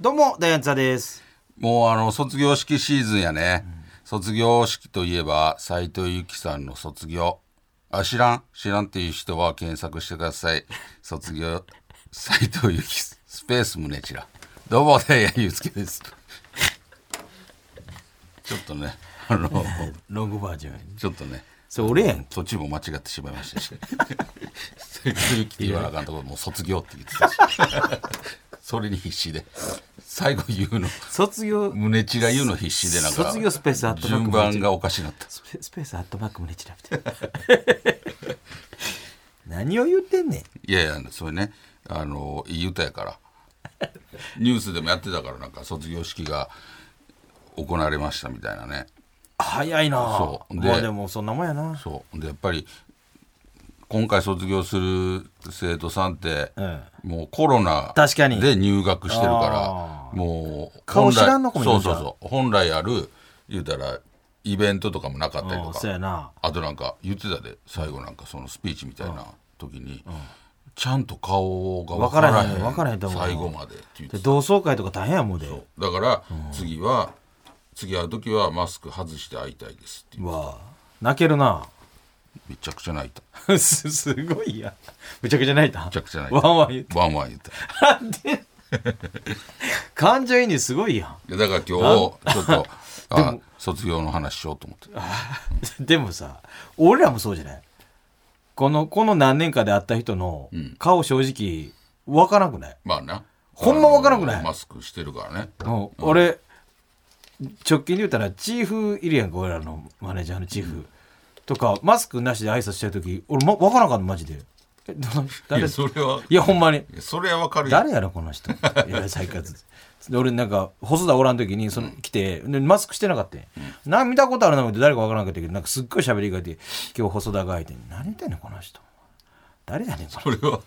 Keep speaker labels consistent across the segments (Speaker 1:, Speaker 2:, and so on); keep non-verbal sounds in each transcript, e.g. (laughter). Speaker 1: どうも、ダイアンツァです。
Speaker 2: もうあの卒業式シーズンやね、卒業式といえば斉藤由貴さんの卒業あ知らん知らんっていう人は検索してください卒業 (laughs) 斉藤由貴スペース胸ちらどうもダイヤユウスケですちょっとねあの
Speaker 1: ロングバージョンやね。
Speaker 2: ちょっとね
Speaker 1: それ俺やん。
Speaker 2: 途中も間違ってしまいましたし斉藤由貴って言わなあかんところもう卒業って言ってたしそれに必死で最後言うの
Speaker 1: 卒業、
Speaker 2: 胸チラ言うの必死でなんか
Speaker 1: 卒業スペースあった
Speaker 2: 順番がおかしなった
Speaker 1: スペスペースアットバック胸調べて。 (laughs) 何を言ってんねん。
Speaker 2: いやいやそれねあのいい歌やから (laughs) ニュースでもやってたからなんか卒業式が行われましたみたいなね
Speaker 1: 早いなぁ
Speaker 2: そうで
Speaker 1: まあでもそんなもんやな。
Speaker 2: そうでやっぱり今回卒業する生徒さんって、
Speaker 1: うん
Speaker 2: もうコロナ
Speaker 1: 確かに
Speaker 2: で入学してるからもう
Speaker 1: 顔知らんの子もいる
Speaker 2: そ
Speaker 1: ん
Speaker 2: う
Speaker 1: ちゃ
Speaker 2: そううそう本来ある言うたらイベントとかもなかったりと
Speaker 1: うん
Speaker 2: か
Speaker 1: そうやな。
Speaker 2: あとなんか言ってたで最後なんかそのスピーチみたいな時に、ちゃんと顔が分からへ
Speaker 1: 分
Speaker 2: ん
Speaker 1: からへん分からへんと思う
Speaker 2: 最後までって言って
Speaker 1: で
Speaker 2: た
Speaker 1: 同窓会とか大変やもんで。
Speaker 2: だから次は、次会う時はマスク外して会いたいですって
Speaker 1: うわぁ泣けるな
Speaker 2: めちゃくちゃ泣いため
Speaker 1: ぁす (laughs) すごいや。むちゃくちゃ泣いた。む
Speaker 2: ちゃくちゃ泣い
Speaker 1: ワ
Speaker 2: た
Speaker 1: ンワン言って。
Speaker 2: ワンワン言った
Speaker 1: 感情移入すごいやん。
Speaker 2: いやだから今日ちょ
Speaker 1: (laughs)
Speaker 2: っとあ卒業の話しようと思って
Speaker 1: (laughs) でもさ俺らもそうじゃないこのこの何年かで会った人の顔正直分からなくない、
Speaker 2: まあな
Speaker 1: ほんまわからんくない
Speaker 2: あのマスクしてるからね
Speaker 1: もう俺直近で言ったらチーフいるやんか俺らのマネージャーのチーフ、とかマスクなしで挨拶してる時俺、ま、分からんかったマジでえど
Speaker 2: い
Speaker 1: 誰
Speaker 2: やそれはい
Speaker 1: やほんまに
Speaker 2: いやそれは分かるよ
Speaker 1: 誰やろこの人いや最下で俺なんか細田おらん時にその来てでマスクしてなかったんやな見たことあるなって誰かわからんかったけどなんかすっごい喋りがいて今日細田がいて何言ってんのこの人誰やねんこ
Speaker 2: それは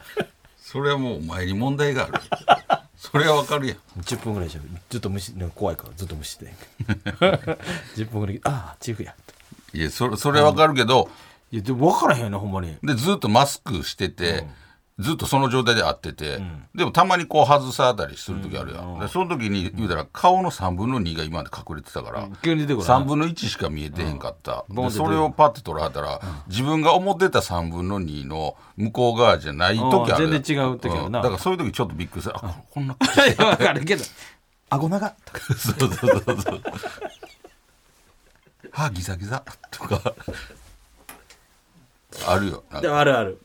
Speaker 2: それはもうお前に問題があるそれは分かるやん
Speaker 1: れ10分ぐらい喋るずっと無視なんか怖いからずっと無視
Speaker 2: (laughs)
Speaker 1: して10分ぐらいああチーフやと
Speaker 2: いやそれそれわかるけど、
Speaker 1: いやでも分からへんよなほんまに
Speaker 2: でずっとマスクしてて、ずっとその状態で会ってて、でもたまにこう外さあたりする時あるやん、でその時に言うたら顔の3分の2が今まで隠れてたから、
Speaker 1: 急に出てこない
Speaker 2: 3分の1しか見えてへんかった、
Speaker 1: ボンっ
Speaker 2: で
Speaker 1: て出て
Speaker 2: それをパッて取られたら、自分が思ってた3分の2の向こう側じゃない時あるやん
Speaker 1: うん全然違う時あるな
Speaker 2: だからそういう時ちょっとびっくりするあこんな
Speaker 1: 分かるけど顎長とか
Speaker 2: (laughs) そうそうそうそう (laughs) 歯ギザギザとかあるよなん
Speaker 1: で
Speaker 2: か
Speaker 1: もあるある、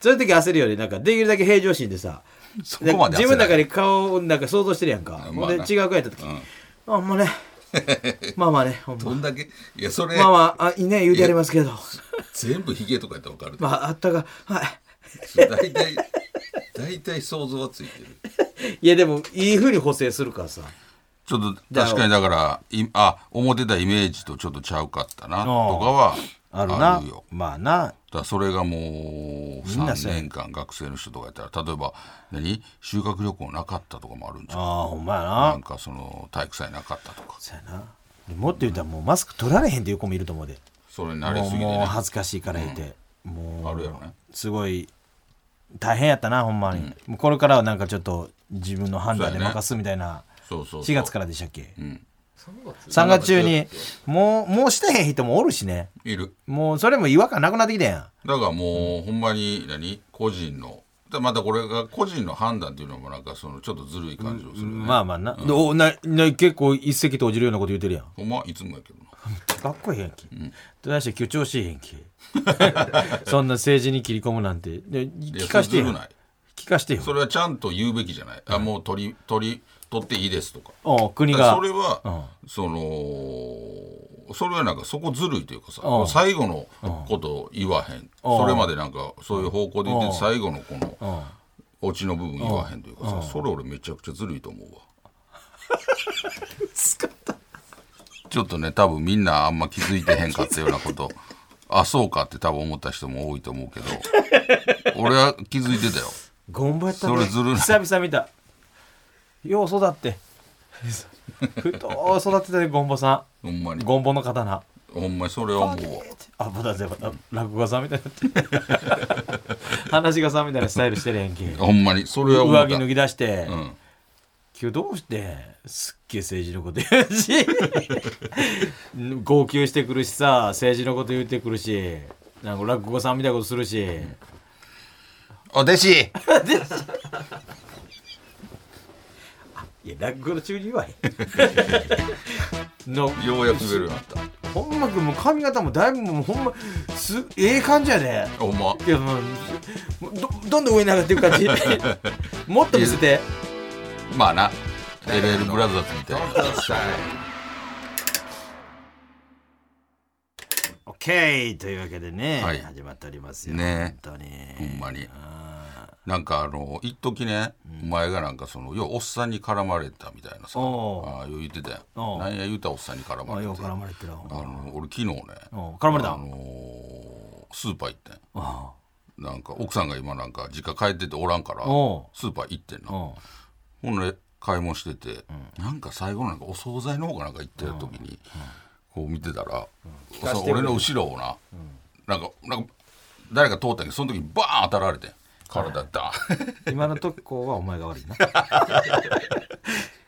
Speaker 1: そういう時焦るよりなんかできるだけ平常心でさ
Speaker 2: そこまで焦
Speaker 1: 自
Speaker 2: ら
Speaker 1: 分の中
Speaker 2: ない
Speaker 1: で顔をなんか想像してるやんか、
Speaker 2: まあ
Speaker 1: ほん
Speaker 2: な
Speaker 1: で違う子やった時、あほんまね (laughs) まあまあねほん
Speaker 2: ど
Speaker 1: ま
Speaker 2: んだけいやそれ、
Speaker 1: まあまああいいね言うてやりますけど
Speaker 2: 全部ヒゲとかやったら分かる
Speaker 1: まああったかは
Speaker 2: 大体大体想像はついてる
Speaker 1: いいやでもいいふうに補正するからさ
Speaker 2: ちょっと確かにだからいあ思ってたイメージとちょっとちゃうかったなとかはあるよ
Speaker 1: まあな
Speaker 2: だからそれがもう
Speaker 1: みんなそ
Speaker 2: 3
Speaker 1: うや
Speaker 2: 年間学生の人とかやったら例えば何修学旅行なかったとかもあるんじゃん
Speaker 1: あほんまや
Speaker 2: な
Speaker 1: なん
Speaker 2: かその体育祭なかったとか
Speaker 1: そうやなでもっと言うたらもうマスク取られへんっていう子もいると思うで
Speaker 2: それに慣れ
Speaker 1: も
Speaker 2: す
Speaker 1: う
Speaker 2: ぎて、
Speaker 1: もう
Speaker 2: ね、
Speaker 1: 恥ずかしいから言うて、もう
Speaker 2: あるやろね
Speaker 1: すごい大変やったなほんまに、もうこれからはなんかちょっと自分の判断で
Speaker 2: そうやね
Speaker 1: 任すみたいな、
Speaker 2: そうそうそ
Speaker 1: 4
Speaker 2: う
Speaker 1: 月からでしたっけ、
Speaker 2: ん
Speaker 1: 3月中にもうもうしてへん人もおるしね
Speaker 2: いる
Speaker 1: もうそれも違和感なくなってきたや
Speaker 2: だからもうほんまに何個人のだまたこれが個人の判断っていうのもなんかそのちょっとずるい感じを
Speaker 1: ん、
Speaker 2: するよね、
Speaker 1: まあまあな,、おなな結構一石投じるようなこと言うてるやん
Speaker 2: ほんまいつもやけどな
Speaker 1: かっこいいやんけ、どないして今日調子いいやんけ (laughs) そんな政治に切り込むなんてで
Speaker 2: いや
Speaker 1: 聞かして
Speaker 2: それず
Speaker 1: よ
Speaker 2: るない
Speaker 1: 聞かしてよ
Speaker 2: それはちゃんと言うべきじゃない、あもう取り取り取っていいですとか
Speaker 1: おう国
Speaker 2: だから
Speaker 1: が
Speaker 2: それは、そのそれはなんかそこずるいというかさ、最後のことを言わへん、それまでなんかそういう方向で
Speaker 1: (laughs)
Speaker 2: 言って、最後のこの、オチの部分言わへんというかさ、それ俺めちゃくちゃずるいと思うわちょっとね多分みんなあんま気づいてへんかったような
Speaker 1: (laughs)
Speaker 2: ことあそうかって多分思った人も多いと思うけど俺は気づいてたよ
Speaker 1: ゴンボやったね
Speaker 2: それずるい
Speaker 1: 久々見たよう育ってふと育てたねゴンボさ
Speaker 2: ほんま
Speaker 1: ん
Speaker 2: に
Speaker 1: ゴンボの刀
Speaker 2: ほんまにそれは思うわ
Speaker 1: あまだ全部あ落語家さんみたいになって話がさんみたいなスタイルしてるやんけ
Speaker 2: ほんまにそれは思った
Speaker 1: 上着脱ぎ出して、
Speaker 2: うん
Speaker 1: 今日どうしてすっげえ政治のこと言うし号泣してくるしさ政治のこと言ってくるしなんか落語さんみたいなことするし、
Speaker 2: お弟子
Speaker 1: いや落語の中に
Speaker 2: (laughs)
Speaker 1: はの
Speaker 2: ようやく出るようになった
Speaker 1: ほんまくんもう髪型もだいぶもうほんますええ感じやで
Speaker 2: ほんま
Speaker 1: けどもうどどんどん上に上がっていく感じ
Speaker 2: (laughs)
Speaker 1: もっと見せて
Speaker 2: まあな LL ブラザーズみたいな
Speaker 1: OK というわけでね、
Speaker 2: はい
Speaker 1: 始まっておりますよ
Speaker 2: ね
Speaker 1: 本当に
Speaker 2: ほんまになんかあの一時ね、お前がなんかそのようおっさんに絡まれたみたいなさ
Speaker 1: おう
Speaker 2: ああよう言ってた
Speaker 1: お
Speaker 2: よ
Speaker 1: う
Speaker 2: なんや言うたらおっさんに絡ま
Speaker 1: あ
Speaker 2: れ
Speaker 1: よう
Speaker 2: て
Speaker 1: 絡まれてる
Speaker 2: あの俺昨日ね
Speaker 1: お絡まれた
Speaker 2: あのースーパー行ってん
Speaker 1: あ
Speaker 2: なんか奥さんが今なんか実家帰ってておらんから
Speaker 1: お
Speaker 2: スーパー行ってんな
Speaker 1: あうん
Speaker 2: ほんで買い物してて、なんか最後のなんかお惣菜の方がなんか行ってた時に、こう見てたら、
Speaker 1: かせてくれ
Speaker 2: その俺の後ろをな、なんかなんか誰か通ったけどその時バーン当たられて体ダーン
Speaker 1: 今のとこはお前が悪い
Speaker 2: (laughs)
Speaker 1: な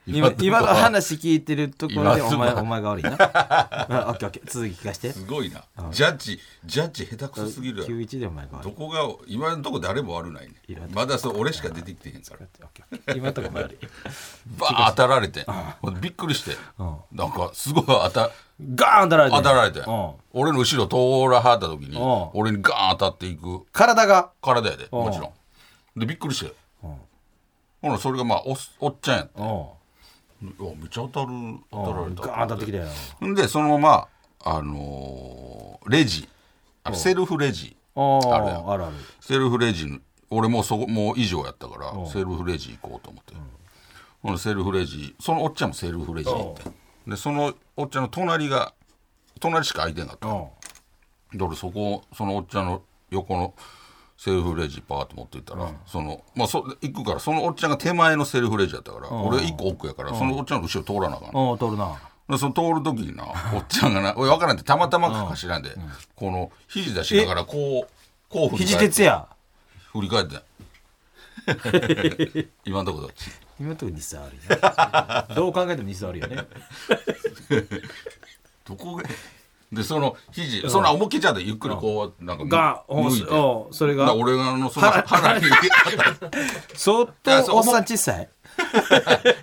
Speaker 2: 今
Speaker 1: 今
Speaker 2: のとこは
Speaker 1: 今の話聞いてるところで
Speaker 2: 今
Speaker 1: お
Speaker 2: の
Speaker 1: 前
Speaker 2: とこは
Speaker 1: お前が
Speaker 2: (laughs)
Speaker 1: 悪いなあオッケーオッケー続き聞かして
Speaker 2: すごいなジャッジジャッジ下手くそすぎるやろ
Speaker 1: 91でお前が悪
Speaker 2: ど
Speaker 1: い
Speaker 2: こが今のとこ誰も悪ないね
Speaker 1: いらんとこ
Speaker 2: まだそう俺しか出てきてへんから
Speaker 1: オッケーオッケー今のとこお前悪い
Speaker 2: バーン当たられてびっくりしてなんかすごい当た
Speaker 1: ガーン当たられて
Speaker 2: 当たられて
Speaker 1: うん
Speaker 2: 俺の後ろ通らはった時に
Speaker 1: うん
Speaker 2: 俺にガーン当たっていく
Speaker 1: 体が
Speaker 2: 体やでもちろんでびっくりしてほらそれがまあおっおっちゃんやって
Speaker 1: うん
Speaker 2: うわめっちゃ当たる
Speaker 1: うん
Speaker 2: 当たられた
Speaker 1: ガーン当たってきたよ
Speaker 2: んでそのままあのーレジあのセルフレジ
Speaker 1: あ
Speaker 2: るやん
Speaker 1: ああるある
Speaker 2: セルフレジに俺もうそこもう以上やったからセルフレジ行こうと思って、ほんでセルフレジそのおっちゃんもセルフレジ行ってでそのおっちゃんの隣が隣しか空いてなかった
Speaker 1: うん
Speaker 2: で俺そこそのおっちゃんの横のセルフレジパーって持っていったら、そのまあそ行くからそのおっちゃんが手前のセルフレジやったから、俺が一個奥やから、そのおっちゃんの後ろ通らなあかん
Speaker 1: うん通るな
Speaker 2: でその通る時になおっちゃんがな俺分からんってたまたまかかしらんで、この肘出しながらこうこう振り
Speaker 1: 肘
Speaker 2: 返って
Speaker 1: 鉄や
Speaker 2: 振り返ってん (laughs) 今のところ
Speaker 1: 今のとこ西沢悪いな (laughs) どう考えても西沢悪いよね
Speaker 2: どこがでその肘そんな思いっきりちゃうでゆっくりこうなんか
Speaker 1: が
Speaker 2: 向
Speaker 1: お
Speaker 2: いて
Speaker 1: おそれ
Speaker 2: だから
Speaker 1: が
Speaker 2: 俺があのその腹に
Speaker 1: 相
Speaker 2: あそう
Speaker 1: 当おっさん小さい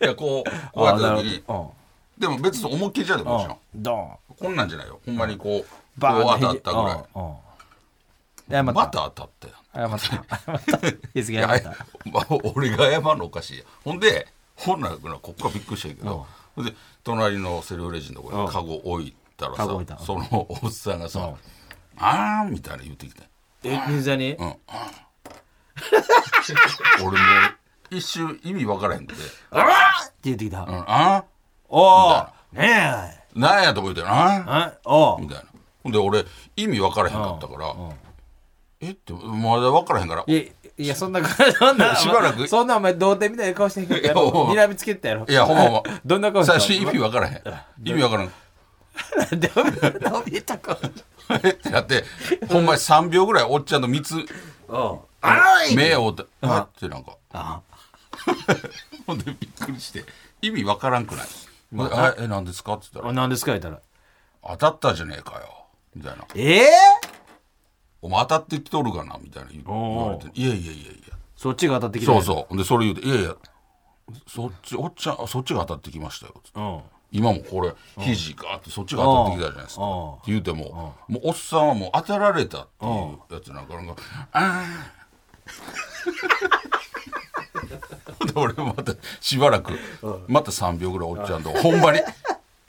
Speaker 2: いやこうこうやった時に
Speaker 1: ど
Speaker 2: でも別に思いっきりじゃで
Speaker 1: うん
Speaker 2: もちろん
Speaker 1: うんドン
Speaker 2: こんなんじゃないよほんまにこう
Speaker 1: バ
Speaker 2: こ
Speaker 1: ー
Speaker 2: う
Speaker 1: ン
Speaker 2: 当たったぐらい
Speaker 1: らい謝った
Speaker 2: また当たったよ
Speaker 1: 謝った
Speaker 2: (laughs)
Speaker 1: 謝った日付
Speaker 2: い
Speaker 1: 謝
Speaker 2: や (laughs)
Speaker 1: った
Speaker 2: まあ俺が謝るのおかしいやほんで本来ここからびっくりしたけどほんで隣のセルフレジのところにカゴ置いたらさ
Speaker 1: カゴ置いた
Speaker 2: そのおっさんが
Speaker 1: う
Speaker 2: さ
Speaker 1: ん
Speaker 2: 「あーん」みたいな言ってきて
Speaker 1: え水谷に
Speaker 2: うん俺も一瞬意味分からへんくて「あ
Speaker 1: って言ってきた
Speaker 2: ーうんあ
Speaker 1: おーねえ
Speaker 2: ーなんや」と思って「あー
Speaker 1: あお
Speaker 2: み
Speaker 1: ー
Speaker 2: たいなほんで俺意味分からへんかったから「えっ?」てまだ分からへんから「い
Speaker 1: いやいやそんなそんな
Speaker 2: (laughs) しばらく
Speaker 1: そんなお前童貞みたいな顔してへんかったや
Speaker 2: いやほん
Speaker 1: ろ
Speaker 2: ま
Speaker 1: 睨みつけてたやろ
Speaker 2: やほんまほんま
Speaker 1: どんな顔して
Speaker 2: 最
Speaker 1: た
Speaker 2: 初意味分からへん意味分からん
Speaker 1: で (laughs) 伸びた顔
Speaker 2: えってなってほんまに3秒ぐらいおっちゃんの三つ
Speaker 1: お
Speaker 2: 目を追って「あっ?」てなんか
Speaker 1: あ
Speaker 2: (laughs) ほんでびっくりして意味分からんくない「ほんであえ何ですか?」って言ったら
Speaker 1: 何ですか言ったら
Speaker 2: 「当たったじゃねえかよ」みたいな
Speaker 1: ええ
Speaker 2: 「お前当たってきとるがな」みたいな言われて「いやいやいやいや」
Speaker 1: そっちが当たってきた
Speaker 2: そうそうほんでそれ言うて「いやいやそっちおっちゃんそっちが当たってきましたよ」つって
Speaker 1: うんうん
Speaker 2: 今もこれ肘があってそっちが当たってきたじゃないですか
Speaker 1: うん
Speaker 2: って言うてももうおっさんはもう当たられたっていうやつなんかなんか「ああ」 (laughs) で俺またしばらくまた3秒ぐらいおっちゃんとほんまに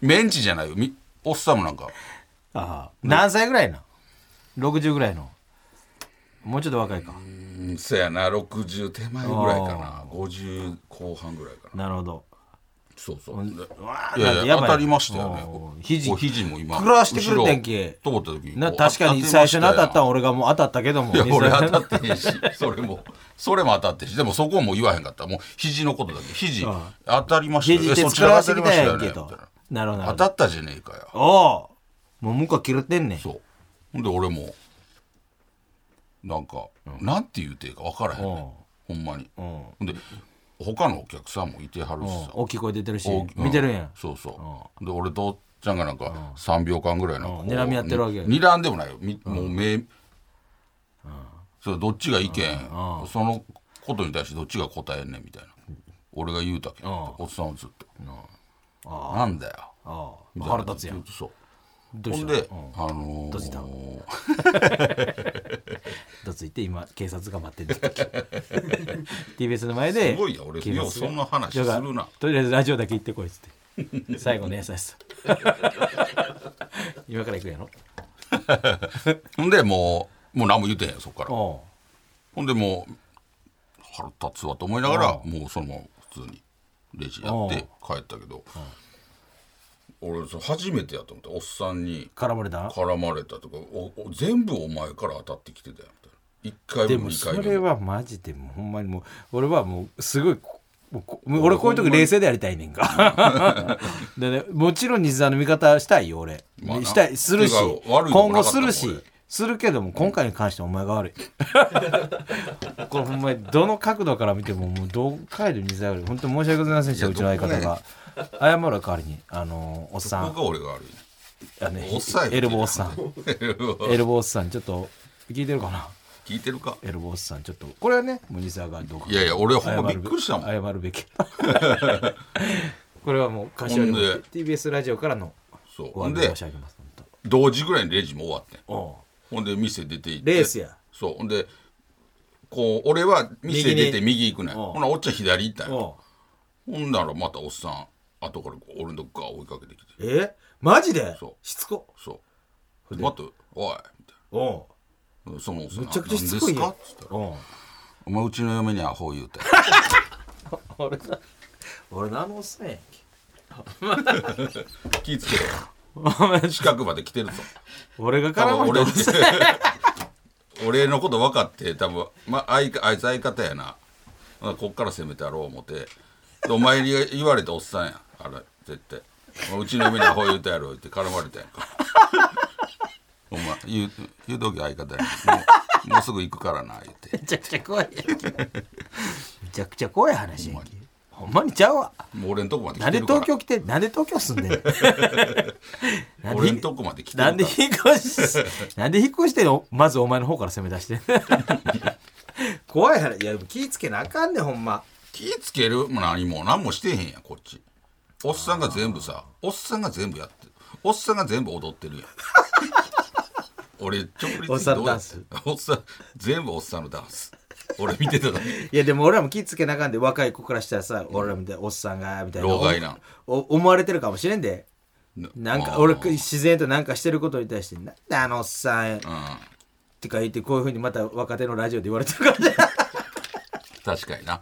Speaker 2: メンチじゃないよみおっさんもなんか
Speaker 1: ああ何歳ぐらいな60ぐらいのもうちょっと若いか
Speaker 2: 「うんそやな60手前ぐらいかな50後半ぐらいかな
Speaker 1: なるほど
Speaker 2: そうそう。
Speaker 1: わー
Speaker 2: いやい
Speaker 1: なん
Speaker 2: や
Speaker 1: てば
Speaker 2: 当たりましたよね
Speaker 1: もう。
Speaker 2: 肘
Speaker 1: 肘。
Speaker 2: 肘も今。
Speaker 1: 食らわしてくるてんけ。
Speaker 2: 後ろ通った時
Speaker 1: な、確かに最初に当たったん俺がもう当たったけども。
Speaker 2: いや俺当た
Speaker 1: っ
Speaker 2: ってへんし、それも、それも当たってんし、でもそこも言わへんかった。もう肘のことだけ。肘
Speaker 1: あ
Speaker 2: 当たりましたよ。
Speaker 1: 肘
Speaker 2: え
Speaker 1: で
Speaker 2: そっち
Speaker 1: 食ら
Speaker 2: ら
Speaker 1: わ
Speaker 2: 当
Speaker 1: して
Speaker 2: た
Speaker 1: き
Speaker 2: りま
Speaker 1: た
Speaker 2: した
Speaker 1: や
Speaker 2: よ
Speaker 1: ん
Speaker 2: ね。
Speaker 1: け
Speaker 2: みたい
Speaker 1: と
Speaker 2: な。
Speaker 1: なるほどなる
Speaker 2: 当
Speaker 1: ほ
Speaker 2: た
Speaker 1: ど。
Speaker 2: ったじゃねえかよ。
Speaker 1: おうもう向こう切れてんねん。
Speaker 2: そう。ほんで俺も、なんか、なんて言うていいか分からへんねん。ほんまに。
Speaker 1: うん。うん
Speaker 2: ほんで、他のお客さんもいてはるしさ。
Speaker 1: 大きい声出てるし
Speaker 2: 大き、
Speaker 1: 見てるんや。
Speaker 2: そうそう、で俺とおっちゃんがなんか3秒間ぐらいなんかこう、
Speaker 1: うん睨み合ってるわけよ
Speaker 2: に睨んでもないよみもう目、それどっちが意見、そのことに対してどっちが答えんねんみたいな、俺が言うたけ、おっさんはずっと、なんだよ
Speaker 1: ああ
Speaker 2: みたいな
Speaker 1: 腹立つや
Speaker 2: ず
Speaker 1: ん
Speaker 2: っ。とそう
Speaker 1: どう
Speaker 2: ほ
Speaker 1: し
Speaker 2: ん
Speaker 1: た
Speaker 2: で、
Speaker 1: うん
Speaker 2: あのー
Speaker 1: どうしたどついて今警察が待って
Speaker 2: (laughs)
Speaker 1: る TBS の前です
Speaker 2: ごいや俺
Speaker 1: 警察が
Speaker 2: ようそんな話するな
Speaker 1: だからとりあえずラジオだけ行ってこいっつって最後の優しさ
Speaker 2: (laughs)
Speaker 1: 今から行くやろ
Speaker 2: ほんでもうもう何も言うてへんよそっから
Speaker 1: お
Speaker 2: ほんでもう腹立つわと思いながらもうそのまま普通にレジやって帰ったけど俺その初めてやと思っておっさんに
Speaker 1: う絡まれた
Speaker 2: 絡まれたとかおお全部お前から当たってきてたよみたいな1
Speaker 1: で
Speaker 2: 回も
Speaker 1: もそ
Speaker 2: 2回
Speaker 1: れ
Speaker 2: も
Speaker 1: はマジでもうほんまにもう俺はもうすごいこもうこ俺こういう時冷静でやりたいねんか (laughs) で、ね、もちろん西澤の味方したいよ俺、
Speaker 2: まあな
Speaker 1: したいするして
Speaker 2: か悪いとこなかったもん
Speaker 1: 今後するし
Speaker 2: 俺
Speaker 1: するけども今回に関してはお前が悪い (laughs) これほんまにどの角度から見てももうどう帰る西澤より本当申し訳ございませんでした
Speaker 2: いうや
Speaker 1: ちの相方
Speaker 2: どこ
Speaker 1: が謝る代わりにあのおっさん
Speaker 2: 僕は俺が悪い
Speaker 1: あのね
Speaker 2: おっさんや
Speaker 1: エルボーおっさんエルボーおっさんちょっと聞いてるかな
Speaker 2: 聞いてるか
Speaker 1: エルボースさんちょっとこれはねもう西沢がどうか
Speaker 2: いやいや俺ほ
Speaker 1: 謝
Speaker 2: んまびっ
Speaker 1: るべ
Speaker 2: くりしたもん
Speaker 1: 謝るべ
Speaker 2: (laughs)
Speaker 1: きこれはもう柏木
Speaker 2: ほんで
Speaker 1: TBS ラジオからの
Speaker 2: そう
Speaker 1: お
Speaker 2: ほん
Speaker 1: 詫び
Speaker 2: で
Speaker 1: 申し上げます本
Speaker 2: 同時ぐらいにレジも終わってん
Speaker 1: 当おう
Speaker 2: ほんで店出て行って
Speaker 1: レースや
Speaker 2: そうほんでこう俺は店出て右行くねん
Speaker 1: 右に
Speaker 2: ほなおっちゃん左行ったんや
Speaker 1: おう
Speaker 2: ほんならまたおっさん後から俺のとこから追いかけてきて
Speaker 1: えマジで
Speaker 2: そう
Speaker 1: しつこ
Speaker 2: そう「待っておい」みた
Speaker 1: お
Speaker 2: いなそのおっさん
Speaker 1: うむちゃくちゃしつこい
Speaker 2: 何
Speaker 1: や
Speaker 2: ですかっつったら
Speaker 1: おう
Speaker 2: お前うちの嫁にアホ言
Speaker 1: (laughs)
Speaker 2: うて
Speaker 1: 俺な俺何のおっさんやんけ
Speaker 2: 気ぃつけろ近くまで来てるぞ
Speaker 1: 俺が
Speaker 2: 多
Speaker 1: 絡ま
Speaker 2: 分
Speaker 1: れた
Speaker 2: 俺
Speaker 1: (laughs) おっさん
Speaker 2: 俺のこと分かって多分、ま、あいあいつ相方やなまあこっから攻めてやろう思てでお前に言われたおっさんやあれ絶対お前うちの嫁にアホ言うてやろうって絡まれたやんか (laughs) お前言う言うとき相方やもうもうすぐ行くからな言う
Speaker 1: め
Speaker 2: て
Speaker 1: ちゃくちゃ怖いやんけめちゃくちゃ怖い話やんけほんまにちゃうわ
Speaker 2: もう俺んとこまで
Speaker 1: な
Speaker 2: 来
Speaker 1: んで
Speaker 2: てるから
Speaker 1: 東京来てなんで東京住んでんの
Speaker 2: (laughs)
Speaker 1: なんで
Speaker 2: 俺んとこまで来てるか
Speaker 1: な
Speaker 2: ら
Speaker 1: んで引っ越し、
Speaker 2: (laughs)
Speaker 1: なんで引っ越してのまずお前の方から攻め出して。 (laughs) 怖い話。いや、でも気ぃつけなあかんねん、ほんま。
Speaker 2: 気ぃつけるも何も何もしてへんやんこっちおっさんが全部さおっさんが全部やってるおっさんが全部踊ってるやん (laughs) 俺直立
Speaker 1: おっさんのダンス
Speaker 2: おっさん全部おっさんのダンス俺見てただけ
Speaker 1: いや、でも俺らも気ぃつけなあかんで、若い子からしたらさ、俺らみたいなおっさんが、みたいな。
Speaker 2: 老害な
Speaker 1: おお思われてるかもしれんで。 (laughs) なん
Speaker 2: ま
Speaker 1: か、
Speaker 2: あ
Speaker 1: 俺、自然となんかしてることに対して、なんであのおっさん、ってか言って、こういうふうにまた若手のラジオで言われてるかも
Speaker 2: (laughs)
Speaker 1: しれん
Speaker 2: 確かにな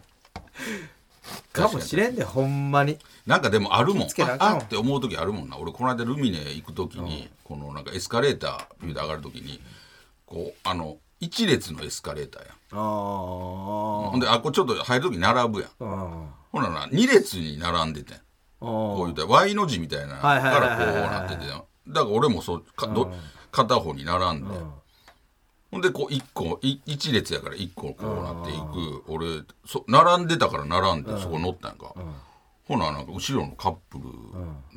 Speaker 1: かもしれんで、ほんまに。
Speaker 2: なんかでもあるもん
Speaker 1: つけなあ
Speaker 2: あ
Speaker 1: かん
Speaker 2: あって思う時あるもんな俺この間ルミネ行く時に、このなんかエスカレータービューで上がる時にこうあの一列のエスカレーターやん
Speaker 1: あ
Speaker 2: ほんであこれちょっと入る時並ぶやん
Speaker 1: あ。うん。
Speaker 2: ほらな2列に並んでてんこういうた Y の字みたいなの
Speaker 1: はい
Speaker 2: か
Speaker 1: はいはいはい
Speaker 2: らこうなっててだから俺もそうかど片方に並んでほんでこう1個い一列やから1個こうなっていく俺そ並んでたから並んでそこ乗ったんやんかほななんか後ろのカップル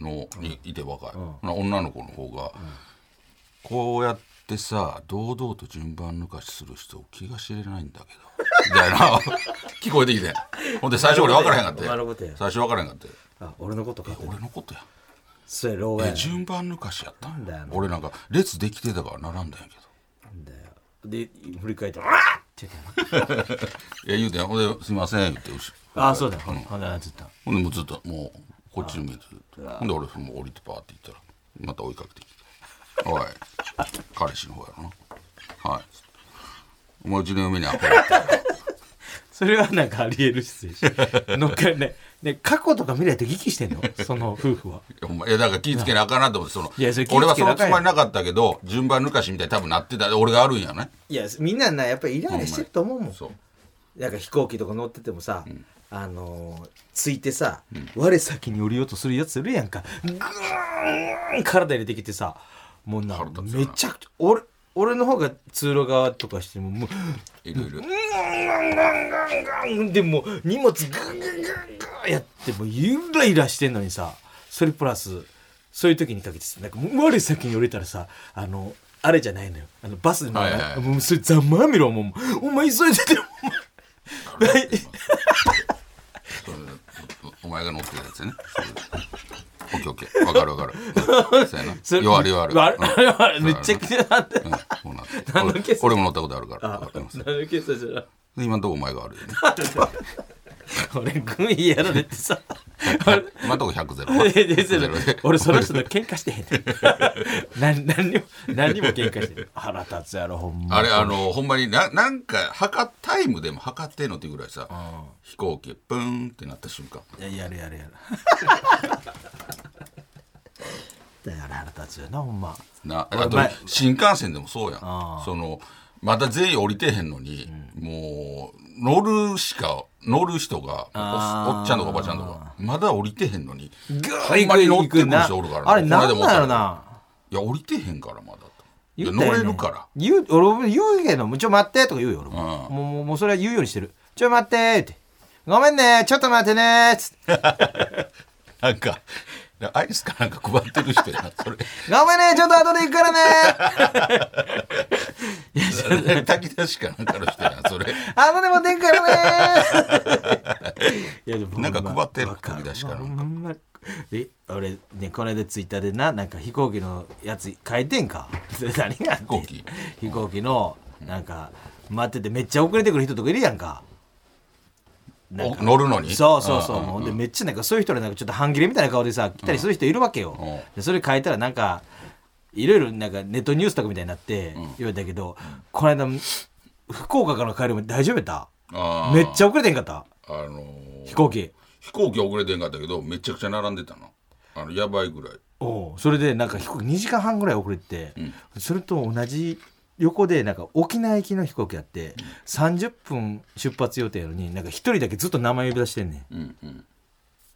Speaker 2: のにいて若いほな女の子の方がこうやってさ堂々と順番抜かしする人気が知れないんだけ
Speaker 1: (laughs)
Speaker 2: どみたいな (laughs) 聞こえてきてほんで最初俺分からへんかって
Speaker 1: なるほどや
Speaker 2: 最初分からへんかって
Speaker 1: あ、俺のことか。
Speaker 2: 俺のことや
Speaker 1: それ、老害
Speaker 2: え
Speaker 1: やな。
Speaker 2: 順番抜かしやったん
Speaker 1: だよな
Speaker 2: 俺なんか列できてたから並んだんやけ
Speaker 1: だよで振り返って「あっ!」って言ったよ
Speaker 2: どいや言うてんほんで「すいません」言って後ろ
Speaker 1: なあそうだよほんほんであいつ言った
Speaker 2: ほんでもうずっともうこっちの見てずっとほんで俺その降りてパーって行ったらまた追いかけてきて「おい彼氏の方やろなはい」お前うちの嫁にアホやった
Speaker 1: それはなんかあり得るし (laughs) 乗っかりねね過去とか未来って聞きしてん (laughs) のその夫婦は
Speaker 2: ほんまいやだから気ぃつけなあかんなと思ってその
Speaker 1: いやそれ気
Speaker 2: 俺
Speaker 1: ぃ
Speaker 2: は
Speaker 1: つけ
Speaker 2: そ
Speaker 1: な
Speaker 2: の
Speaker 1: あかん
Speaker 2: つ
Speaker 1: やん
Speaker 2: もりなかったけど順番抜かしみたいに多分なってた俺があるんやね
Speaker 1: いやみんななやっぱりイライラしてると思うもん
Speaker 2: そう
Speaker 1: なんか飛行機とか乗っててもさ、あのーついてさ、我先に降りようとするやついるやんかぐーん体入れてきてさもうな
Speaker 2: 腹立つよ
Speaker 1: め
Speaker 2: な
Speaker 1: ちゃくちゃ俺俺の方が通路側とかしてももう
Speaker 2: いろいろ
Speaker 1: でもう荷物グングングングンやってもうゆらゆらしてんのにさそれプラスそういう時にかけてさなんかもう我先に降りたらさあのあれじゃないのよあのバスの、
Speaker 2: はいはいはい
Speaker 1: もうそれざまあみろもうお前急いでてお前
Speaker 2: それお前が乗ってるやつねそれオッケーオッケーわかるわ
Speaker 1: (laughs)
Speaker 2: かるそうやな
Speaker 1: それ
Speaker 2: 弱る弱る
Speaker 1: わあれは
Speaker 2: う
Speaker 1: (laughs)
Speaker 2: ん
Speaker 1: めっちゃくちゃなんで
Speaker 2: うんそうなんです
Speaker 1: 何の
Speaker 2: 俺
Speaker 1: ケース
Speaker 2: 俺も乗ったことあるからわかります
Speaker 1: なるけどじゃない
Speaker 2: 今のとこお前があ
Speaker 1: (laughs)
Speaker 2: るよね
Speaker 1: 俺軍医やられてさ
Speaker 2: 今のとこ100ゼロ
Speaker 1: (laughs) 俺でで
Speaker 2: ゼロで
Speaker 1: 俺その人と喧嘩してへんねん何
Speaker 2: (laughs)
Speaker 1: 何にも何にも喧嘩してへん腹立つやろほんま
Speaker 2: あれあのほんまにななんか測タイムでも測ってんのっていうぐらいさ飛行機プーンってなった瞬間
Speaker 1: いややるやるや
Speaker 2: (laughs)
Speaker 1: るだから腹立つよなほんま
Speaker 2: な
Speaker 1: 俺
Speaker 2: あと
Speaker 1: 前
Speaker 2: 新幹線でもそうやん
Speaker 1: あー
Speaker 2: そのまだ全員降りてへんのに、もう乗るしか乗る人が
Speaker 1: あー
Speaker 2: おおっちゃんとかおばちゃんとかまだ降りてへんのに
Speaker 1: グ
Speaker 2: ほんまに乗ってくる人おるからな
Speaker 1: あれ
Speaker 2: この間
Speaker 1: な
Speaker 2: も
Speaker 1: んだろう
Speaker 2: お
Speaker 1: な
Speaker 2: っちゃんがいや降りてへんからまだとい
Speaker 1: 言
Speaker 2: や
Speaker 1: ったよ
Speaker 2: 乗
Speaker 1: ね
Speaker 2: れるから
Speaker 1: 言う俺も言うけど「ちょ待って」とか言うよ俺も
Speaker 2: うん
Speaker 1: もうもうもうそれは言うようにしてる「ちょ待って」って「ごめんねちょっと待ってね」っつって
Speaker 2: なんかアイスかなんか配ってる人やなそれ
Speaker 1: 「ごめんねちょっと後で行くからね
Speaker 2: 炊き出しかなんかの人やなそれ
Speaker 1: 後で持って行くからね」いやでも
Speaker 2: なんか配ってる
Speaker 1: わか
Speaker 2: 飛び出しかなんか
Speaker 1: わほんまえ俺ねこの間ツイッターでななんか飛行機のやつ書いてんかそれ何が飛
Speaker 2: 行機
Speaker 1: 飛行機のなんか待っててめっちゃ遅れてくる人とかいるやんかなんか
Speaker 2: お乗るのに
Speaker 1: そうそうそう、
Speaker 2: んんん
Speaker 1: ほんでめっちゃなんかそういう人らなんかちょっと半切れみたいな顔でさ来たりする人いるわけよ、
Speaker 2: うん
Speaker 1: でそれ書いたらなんかいろいろなんかネットニュースとかみたいになって言われたけど、この間福岡から帰るまで大丈夫やった
Speaker 2: あー
Speaker 1: めっちゃ遅れてんかった
Speaker 2: あのー
Speaker 1: 飛行機
Speaker 2: 飛行機遅れてんかったけどめちゃくちゃ並んでたなあのやばいぐらい
Speaker 1: おうそれでなんか飛行機2時間半ぐらい遅れて、それと同じ横でなんか沖縄行きの飛行機やって30分出発予定やのになんか1人だけずっと名前呼び出してんねん
Speaker 2: うんうん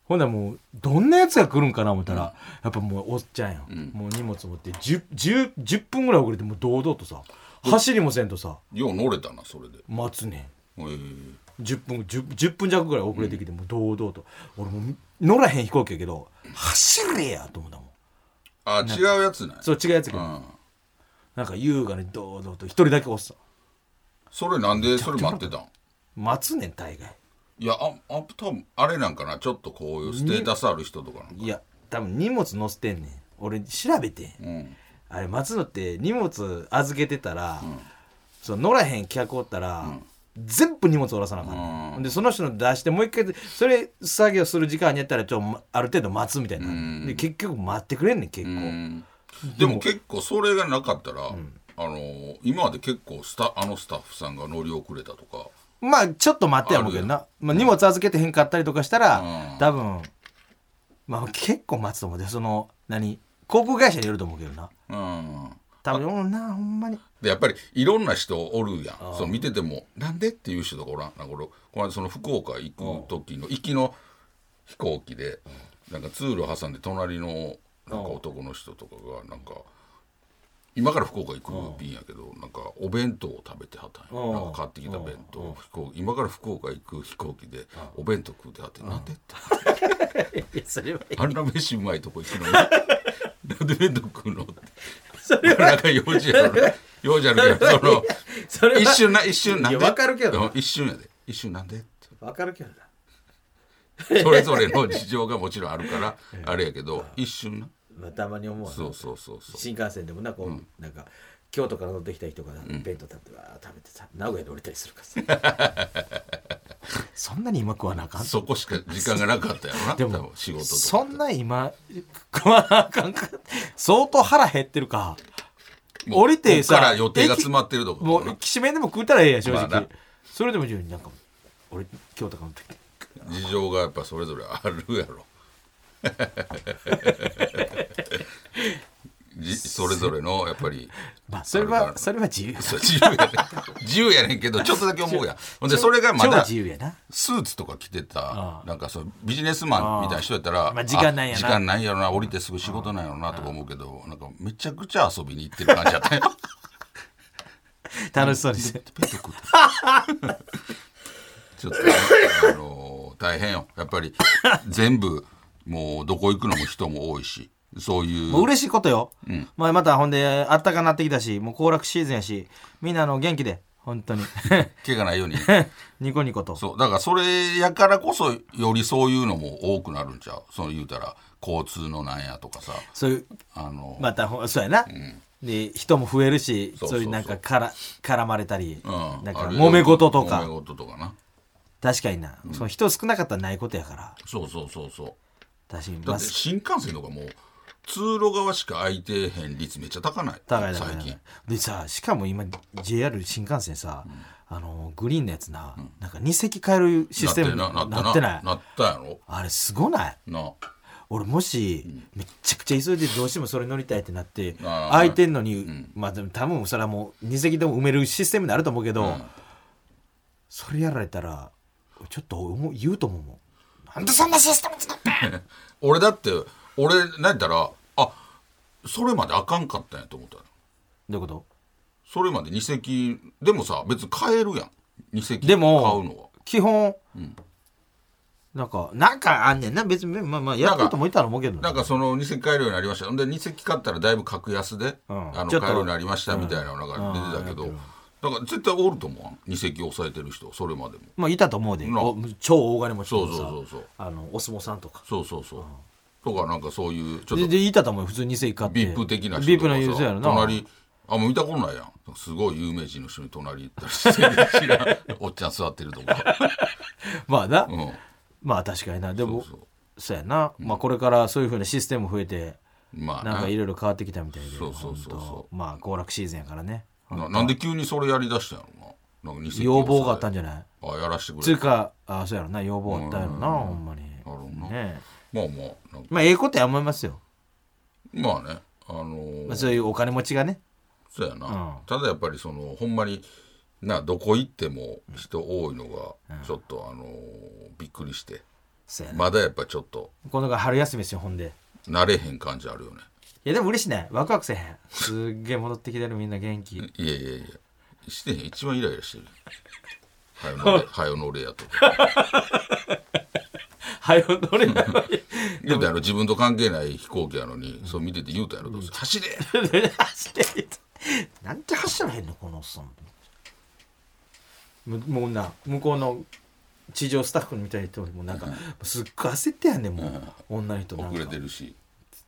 Speaker 1: ほんならもうどんなやつが来るんかな思ったら、やっぱもうおっちゃんや、ん、もう荷物持って 10, 10, 10分ぐらい遅れてもう堂々とさ走りもせんとさ
Speaker 2: よう乗れたなそれで
Speaker 1: 待つね
Speaker 2: えー
Speaker 1: ん10分 10, 10分弱ぐらい遅れてきてもう堂々と、俺もう乗らへん飛行機やけど走れやと思ったもん
Speaker 2: あ違うやつね
Speaker 1: そう違うやつやけ
Speaker 2: う
Speaker 1: ど、
Speaker 2: ん
Speaker 1: なんか優雅に堂々と一人だけおっさん
Speaker 2: それなんでそれ待ってたん
Speaker 1: 待つねん大概
Speaker 2: いやああ多分あれなんかなちょっとこういうステータスある人とかなんか
Speaker 1: いや多分荷物乗せてんねん俺調べてん、
Speaker 2: うん
Speaker 1: あれ待つのって荷物預けてたら、その乗らへん客おったら、全部荷物下ろさなあかんねん、
Speaker 2: うん
Speaker 1: でその人の出してもう一回それ作業する時間にやったらちょっとまある程度待つみたいな、
Speaker 2: ん
Speaker 1: で結局待ってくれんねん結構、
Speaker 2: うんでも結構それがなかったら、あのー今まで結構スタあのスタッフさんが乗り遅れたとか
Speaker 1: まあちょっと待ってやもうけどな、まあ、荷物預けてへんかったりとかしたら、
Speaker 2: うん
Speaker 1: 多分まあ結構待つと思うでその何航空会社によると思うけどな
Speaker 2: うん
Speaker 1: 多分うんなほんまに
Speaker 2: でやっぱりいろんな人おるやんその見てても「なんで?」っていう人とかおらんなんか俺この間その福岡行く時の行きの飛行機でなんか通路挟んで隣のなんか男の人とかがなんか今から福岡行く便やけどなんかお弁当を食べてはったん
Speaker 1: う
Speaker 2: よ
Speaker 1: ん
Speaker 2: なんか買ってきた弁当飛行機今から福岡行く飛行機でお弁当食うてはって「なんで?」って
Speaker 1: いやそれは
Speaker 2: 「あんな飯うまいとこ行くのになんで弁当食う (laughs) の?」って。なんか用事やろ用事あるけどその。
Speaker 1: それは
Speaker 2: (laughs) 一瞬な一瞬なん
Speaker 1: い
Speaker 2: で
Speaker 1: やわかるけど
Speaker 2: うん一瞬やで一瞬なんでって
Speaker 1: わかるけどな
Speaker 2: それぞれの事情がもちろんあるからあれやけど一瞬な
Speaker 1: まあ、たまに思うわな
Speaker 2: そうそうそうそう
Speaker 1: 新幹線でもなこう、なんか京都から乗ってきた人が弁当食べてわー食べてさ名古屋で降りたりするからさ (laughs) そんなに今食わなあかん
Speaker 2: そこしか時間がなかったやろな
Speaker 1: で
Speaker 2: 多
Speaker 1: も
Speaker 2: 分仕事とか
Speaker 1: そんな今食わなあかんか相当腹減ってるか
Speaker 2: もう
Speaker 1: 降りてさ
Speaker 2: こっから予定が詰まってるとか
Speaker 1: もうきしめんでも食うたらええやん正直、
Speaker 2: まあな
Speaker 1: それでも十分なんか俺京都から持ってきて
Speaker 2: 事情がやっぱそれぞれあるやろじそれぞれのやっぱり
Speaker 1: まあそれ
Speaker 2: あるか
Speaker 1: は
Speaker 2: ら
Speaker 1: それは自由や
Speaker 2: そう自由やねん自由やねんけどちょっとだけ思うやんほんでそれがま
Speaker 1: 超
Speaker 2: だ
Speaker 1: 自由やな
Speaker 2: スーツとか着てた
Speaker 1: あ
Speaker 2: なんかそうビジネスマンみたいな人やったら
Speaker 1: あまあ時間ないやな
Speaker 2: あ時間ないやろな降りてすぐ仕事なんやろなとか思うけどなんかめちゃくちゃ遊びに行ってる感じやったよ
Speaker 1: 楽しそうです
Speaker 2: ペット食う
Speaker 1: (laughs)
Speaker 2: てちょっとね、あのー大変よやっぱり全部もうどこ行くのも人も多いしそういう
Speaker 1: もう嬉しいことよ、まあ、またほんであったかなってきたしもう行楽シーズンやしみんなあの元気で本
Speaker 2: (laughs)
Speaker 1: 当に
Speaker 2: 怪我ないように
Speaker 1: ニコニコと
Speaker 2: そうだからそれやからこそよりそういうのも多くなるんちゃうその言うたら交通のなんやとかさ
Speaker 1: そういう
Speaker 2: あの、
Speaker 1: またほそうやな、で人も増えるし
Speaker 2: そう
Speaker 1: そう
Speaker 2: そうそう
Speaker 1: いうなんかから絡まれたり、
Speaker 2: うん
Speaker 1: なんか
Speaker 2: あれ
Speaker 1: 揉め事と
Speaker 2: 揉め
Speaker 1: か
Speaker 2: 事とかな
Speaker 1: 確かにな、その人少なかったらないことやから
Speaker 2: そうそうそうそう
Speaker 1: 確かに
Speaker 2: だ
Speaker 1: マ
Speaker 2: って
Speaker 1: ス
Speaker 2: 新幹線とかもう通路側しか空いてへん率めっちゃ高ない
Speaker 1: 高いだ
Speaker 2: 最
Speaker 1: から
Speaker 2: 近
Speaker 1: でさしかも今 JR 新幹線さ、あのグリーンのやつな、なんか2席変えるシステムに
Speaker 2: なってなな
Speaker 1: な
Speaker 2: っ
Speaker 1: って
Speaker 2: て
Speaker 1: な
Speaker 2: ないなったやろ
Speaker 1: あれすごない
Speaker 2: な
Speaker 1: 俺もしめっちゃくちゃ急いでどうしてもそれ乗りたいってなって
Speaker 2: あー
Speaker 1: 空いてんのに、まあでも多分それはもう2席でも埋めるシステムになると思うけど、それやられたらちょっと思う言うと思うもんなんでそんなシステム作って
Speaker 2: (laughs) 俺だって俺なんやったらあそれまであかんかったんやと思ったの
Speaker 1: どういうこ
Speaker 2: それまで2席でもさ別に買えるやん2
Speaker 1: と
Speaker 2: 席買
Speaker 1: で
Speaker 2: うのは
Speaker 1: も基本、なんかなんかあんねんな別にまあまあやることもいたら思うけど
Speaker 2: なんかその2席買えるようになりましたほんで2席買ったらだいぶ格安で、
Speaker 1: うん
Speaker 2: あの
Speaker 1: ちょ
Speaker 2: 買
Speaker 1: っと
Speaker 2: えるようになりましたみたいなのが出てたけど、だから絶対おると思わん2席抑えてる人それまでも
Speaker 1: まあいたと思うで
Speaker 2: な
Speaker 1: お超大金持ち
Speaker 2: そ
Speaker 1: の
Speaker 2: う
Speaker 1: さ
Speaker 2: そうそうそう
Speaker 1: あのお相撲さんとか
Speaker 2: そうそうそう、とかなんかそういうちょっ
Speaker 1: で
Speaker 2: と
Speaker 1: でいたと思うよ普通に席買って
Speaker 2: ビップ的な
Speaker 1: ビ
Speaker 2: 人
Speaker 1: ップ
Speaker 2: と
Speaker 1: の
Speaker 2: か
Speaker 1: 人やろ
Speaker 2: さ
Speaker 1: な
Speaker 2: 隣あもう見たことないやんすごい有名人の人に隣行ったりして知らんおっちゃん座ってるとか、
Speaker 1: まあな、
Speaker 2: うん、
Speaker 1: まあ確かになでもそ
Speaker 2: そうう
Speaker 1: やな、まあこれからそういうふうなシステム増えて
Speaker 2: まあ
Speaker 1: なんか
Speaker 2: ね
Speaker 1: いろいろ変わってきたみたいで
Speaker 2: そうそうそうそう
Speaker 1: ほんとまあ行楽シーズンやからね
Speaker 2: ななんで急にそれやりだしたんやろななんか二席
Speaker 1: 要望があったん
Speaker 2: じ
Speaker 1: じゃない
Speaker 2: ゃあやらしてくれ
Speaker 1: つうかあそうやろな要望あったやろなほんまにね
Speaker 2: ほどな
Speaker 1: え
Speaker 2: まあまあなんか
Speaker 1: まあええことや思いますよ、
Speaker 2: まあねあのー
Speaker 1: まあ、そういうお金持ちがね
Speaker 2: そうやな、
Speaker 1: うん
Speaker 2: ただやっぱりそのほんまになどこ行っても人多いのがちょっとあのーびっくりして
Speaker 1: そうやな、
Speaker 2: まだやっぱちょっと
Speaker 1: このが春休みですよほんで
Speaker 2: 慣れへん感じあるよね
Speaker 1: いやでも嬉しいねワクワクせへんすっげえ戻ってきてるみんな元気
Speaker 2: いやいやいやしてへん一番イライラしてるはよ
Speaker 1: (laughs)
Speaker 2: 乗れはよ乗れやとか
Speaker 1: はよ乗れないのに
Speaker 2: 言うたやろ自分と関係ない飛行機やのにそう見てて言うたやろどうせ走れ
Speaker 1: 走ってる (laughs) なんて走らへんのこのおっさんむもうな向こうの地上スタッフみたいな人にもなんかすっごい焦ってやんねんもう、女の人なん
Speaker 2: 遅れ
Speaker 1: か
Speaker 2: てるし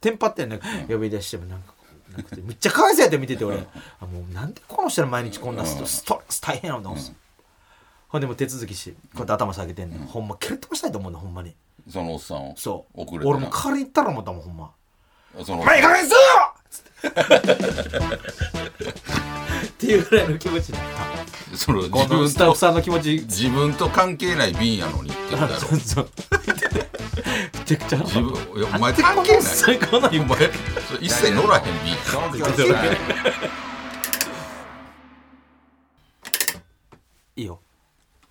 Speaker 1: テンパってんねん呼び出してもなんかこうなくてめっちゃかわいそうやって見てて俺あもうなんでこの人ら毎日こんなストストレス大変やろな、ほんでもう手続きしてこうやって頭下げてんねん、ほんま蹴り飛ばしたいと思うねんほんまに
Speaker 2: そのおっさんを
Speaker 1: そう
Speaker 2: 遅れてな
Speaker 1: 俺も代わりに行ったら思ったもんほんま
Speaker 2: その
Speaker 1: お前いかげんすよ (laughs) っていうぐらいの気持ちになった
Speaker 2: その
Speaker 1: こ
Speaker 2: 自
Speaker 1: の
Speaker 2: 分
Speaker 1: スタッ
Speaker 2: と
Speaker 1: フさんの気持ち
Speaker 2: 自分と関係ない便やのにって言うたや
Speaker 1: (laughs)
Speaker 2: ろ
Speaker 1: そうそうめちゃくちゃ (laughs)
Speaker 2: 自分いやお前関係
Speaker 1: そ
Speaker 2: な
Speaker 1: れこ
Speaker 2: い
Speaker 1: の
Speaker 2: お前それ一切乗らへん
Speaker 1: い
Speaker 2: 便
Speaker 1: いよ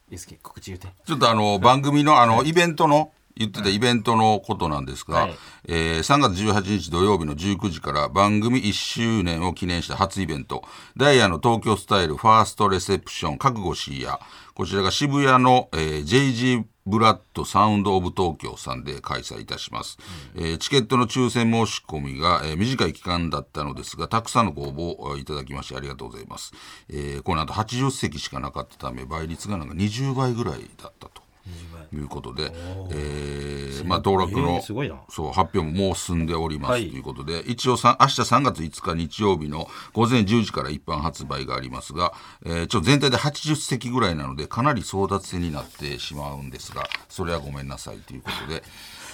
Speaker 1: ゆうすけ告知言うて
Speaker 2: ちょっとあの番組のあのイベントの言ってたイベントのことなんですが、
Speaker 1: はい
Speaker 2: えー3月18日土曜日の19時から番組1周年を記念した初イベント「ダイヤの東京スタイルファーストレセプション覚悟しいや」こちらが渋谷の、えー JG ブラッドサウンド・オブ・東京さんで開催いたします、えーチケットの抽選申し込みが、えー短い期間だったのですがたくさんのご応募をえーいただきましてありがとうございます、えーこの後80席しかなかったため倍率がなんか20倍ぐらいだったということで、えーまあ、道楽の、
Speaker 1: えーすごいな
Speaker 2: そう発表ももう進んでおります、
Speaker 1: はい
Speaker 2: ということで一応さ明日3月5日日曜日の午前10時から一般発売がありますが、えーちょっと全体で80席ぐらいなのでかなり争奪戦になってしまうんですがそれはごめんなさいということで、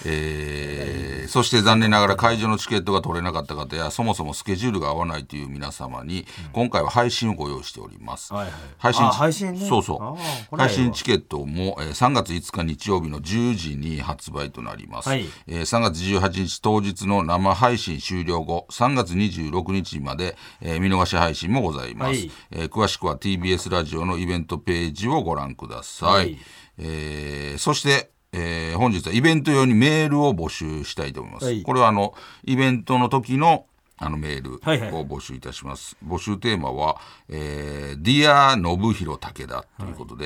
Speaker 2: えーそして残念ながら会場のチケットが取れなかった方やそもそもスケジュールが合わないという皆様に今回は配信をご用意しております、
Speaker 1: はいはい
Speaker 2: 配信
Speaker 1: あ配信ね
Speaker 2: そう
Speaker 1: あ
Speaker 2: そ
Speaker 1: ーこ
Speaker 2: う
Speaker 1: れはい
Speaker 2: 配
Speaker 1: いわ
Speaker 2: 信チケットも、えー3月5日日曜日の10時に発売となります、
Speaker 1: はい
Speaker 2: えー3月18日当日の生配信終了後3月26日まで、えー見逃し配信もございます、
Speaker 1: はい
Speaker 2: えー詳しくは TBS ラジオのイベントページをご覧ください、
Speaker 1: はい
Speaker 2: えーそして、えー本日はイベント用にメールを募集したいと思います、
Speaker 1: はい
Speaker 2: これはあのイベントの時のあのメール
Speaker 1: はいはい
Speaker 2: を募集いたします、募集テーマは「えー、Dear 信弘武田」ということで、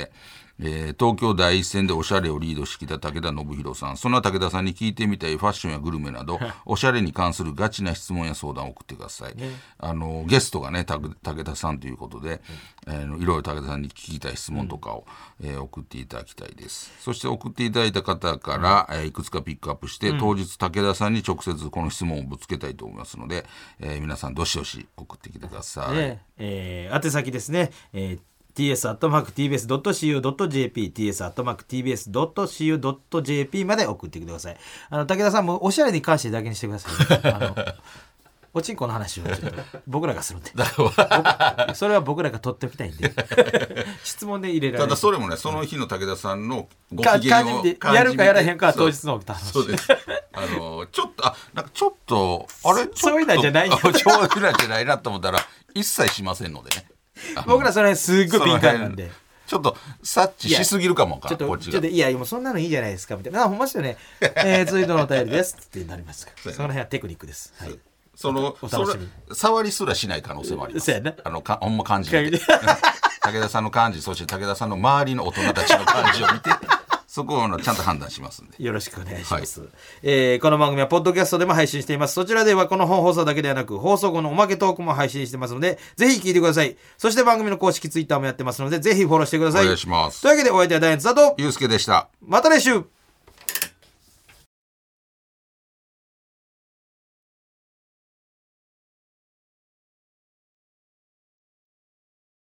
Speaker 2: えー東京第一線でおしゃれをリードしてきた武田信弘さんそんな武田さんに聞いてみたいファッションやグルメなどおしゃれに関するガチな質問や相談を送ってください、あのゲストがねた武田さんということで、あのいろいろ武田さんに聞きたい質問とかを、えー送っていただきたいですそして送っていただいた方から、えーいくつかピックアップして、当日武田さんに直接この質問をぶつけたいと思いますので、えー皆さんどしどし送ってきてください、
Speaker 1: ねえー宛先ですね、えー ts.tbs.cu.jp ts.tbs.cu.jp まで送ってくださいあの武田さんもおしゃれに関してだけにしてください、
Speaker 2: (laughs)
Speaker 1: あのおちんこの話をちょっと僕らがするんで僕それは僕らが取っておきたい
Speaker 2: (laughs)
Speaker 1: んで質問で入れられ
Speaker 2: た
Speaker 1: る
Speaker 2: だそれもねその日の武田さんのご
Speaker 1: か
Speaker 2: 機嫌を
Speaker 1: 感じてやるかやらへんかは
Speaker 2: そう
Speaker 1: 当日の楽しみ
Speaker 2: そうです。あの、ちょっと、あ、なんかちょっと、あれ、ちょっと (laughs)
Speaker 1: そういうのじゃないよ
Speaker 2: あそういうのじゃないなと思ったら、一切しませんのでね。あの
Speaker 1: 僕らそれすっごい敏感なんで。
Speaker 2: ちょっと、察知しすぎるかもわか
Speaker 1: ちょ
Speaker 2: ら
Speaker 1: っ
Speaker 2: んこ
Speaker 1: と、
Speaker 2: っち
Speaker 1: ちょっ
Speaker 2: が
Speaker 1: と、。いや、もうそんなのいいじゃないですか、みたいな。あ、ほんまっすよ
Speaker 2: (laughs)
Speaker 1: ね。えー、続いてのお便りです。ってなりますから。そ
Speaker 2: そうやな
Speaker 1: の辺はテクニックです。はい。
Speaker 2: その
Speaker 1: お、
Speaker 2: そ
Speaker 1: 楽し
Speaker 2: れ
Speaker 1: み、
Speaker 2: 触りすらしない可能性もありま
Speaker 1: そう
Speaker 2: す
Speaker 1: やな。
Speaker 2: あの、かほんま感じだけ
Speaker 1: 感じ
Speaker 2: 武田さんの感じ、そして武田さんの周りの大人たちの感じを見て、そこをあのちゃんと判断しますんで。
Speaker 1: よろしくお願いします、えーこの番組はポッドキャストでも配信していますそちらではこの本放送だけではなく放送後のおまけトークも配信してますのでぜひ聞いてくださいそして番組の公式ツイッターもやってますのでぜひフォローしてください
Speaker 2: お願いします
Speaker 1: というわけでお相手はダイアンツだと
Speaker 2: ゆうすけでした。
Speaker 1: また来週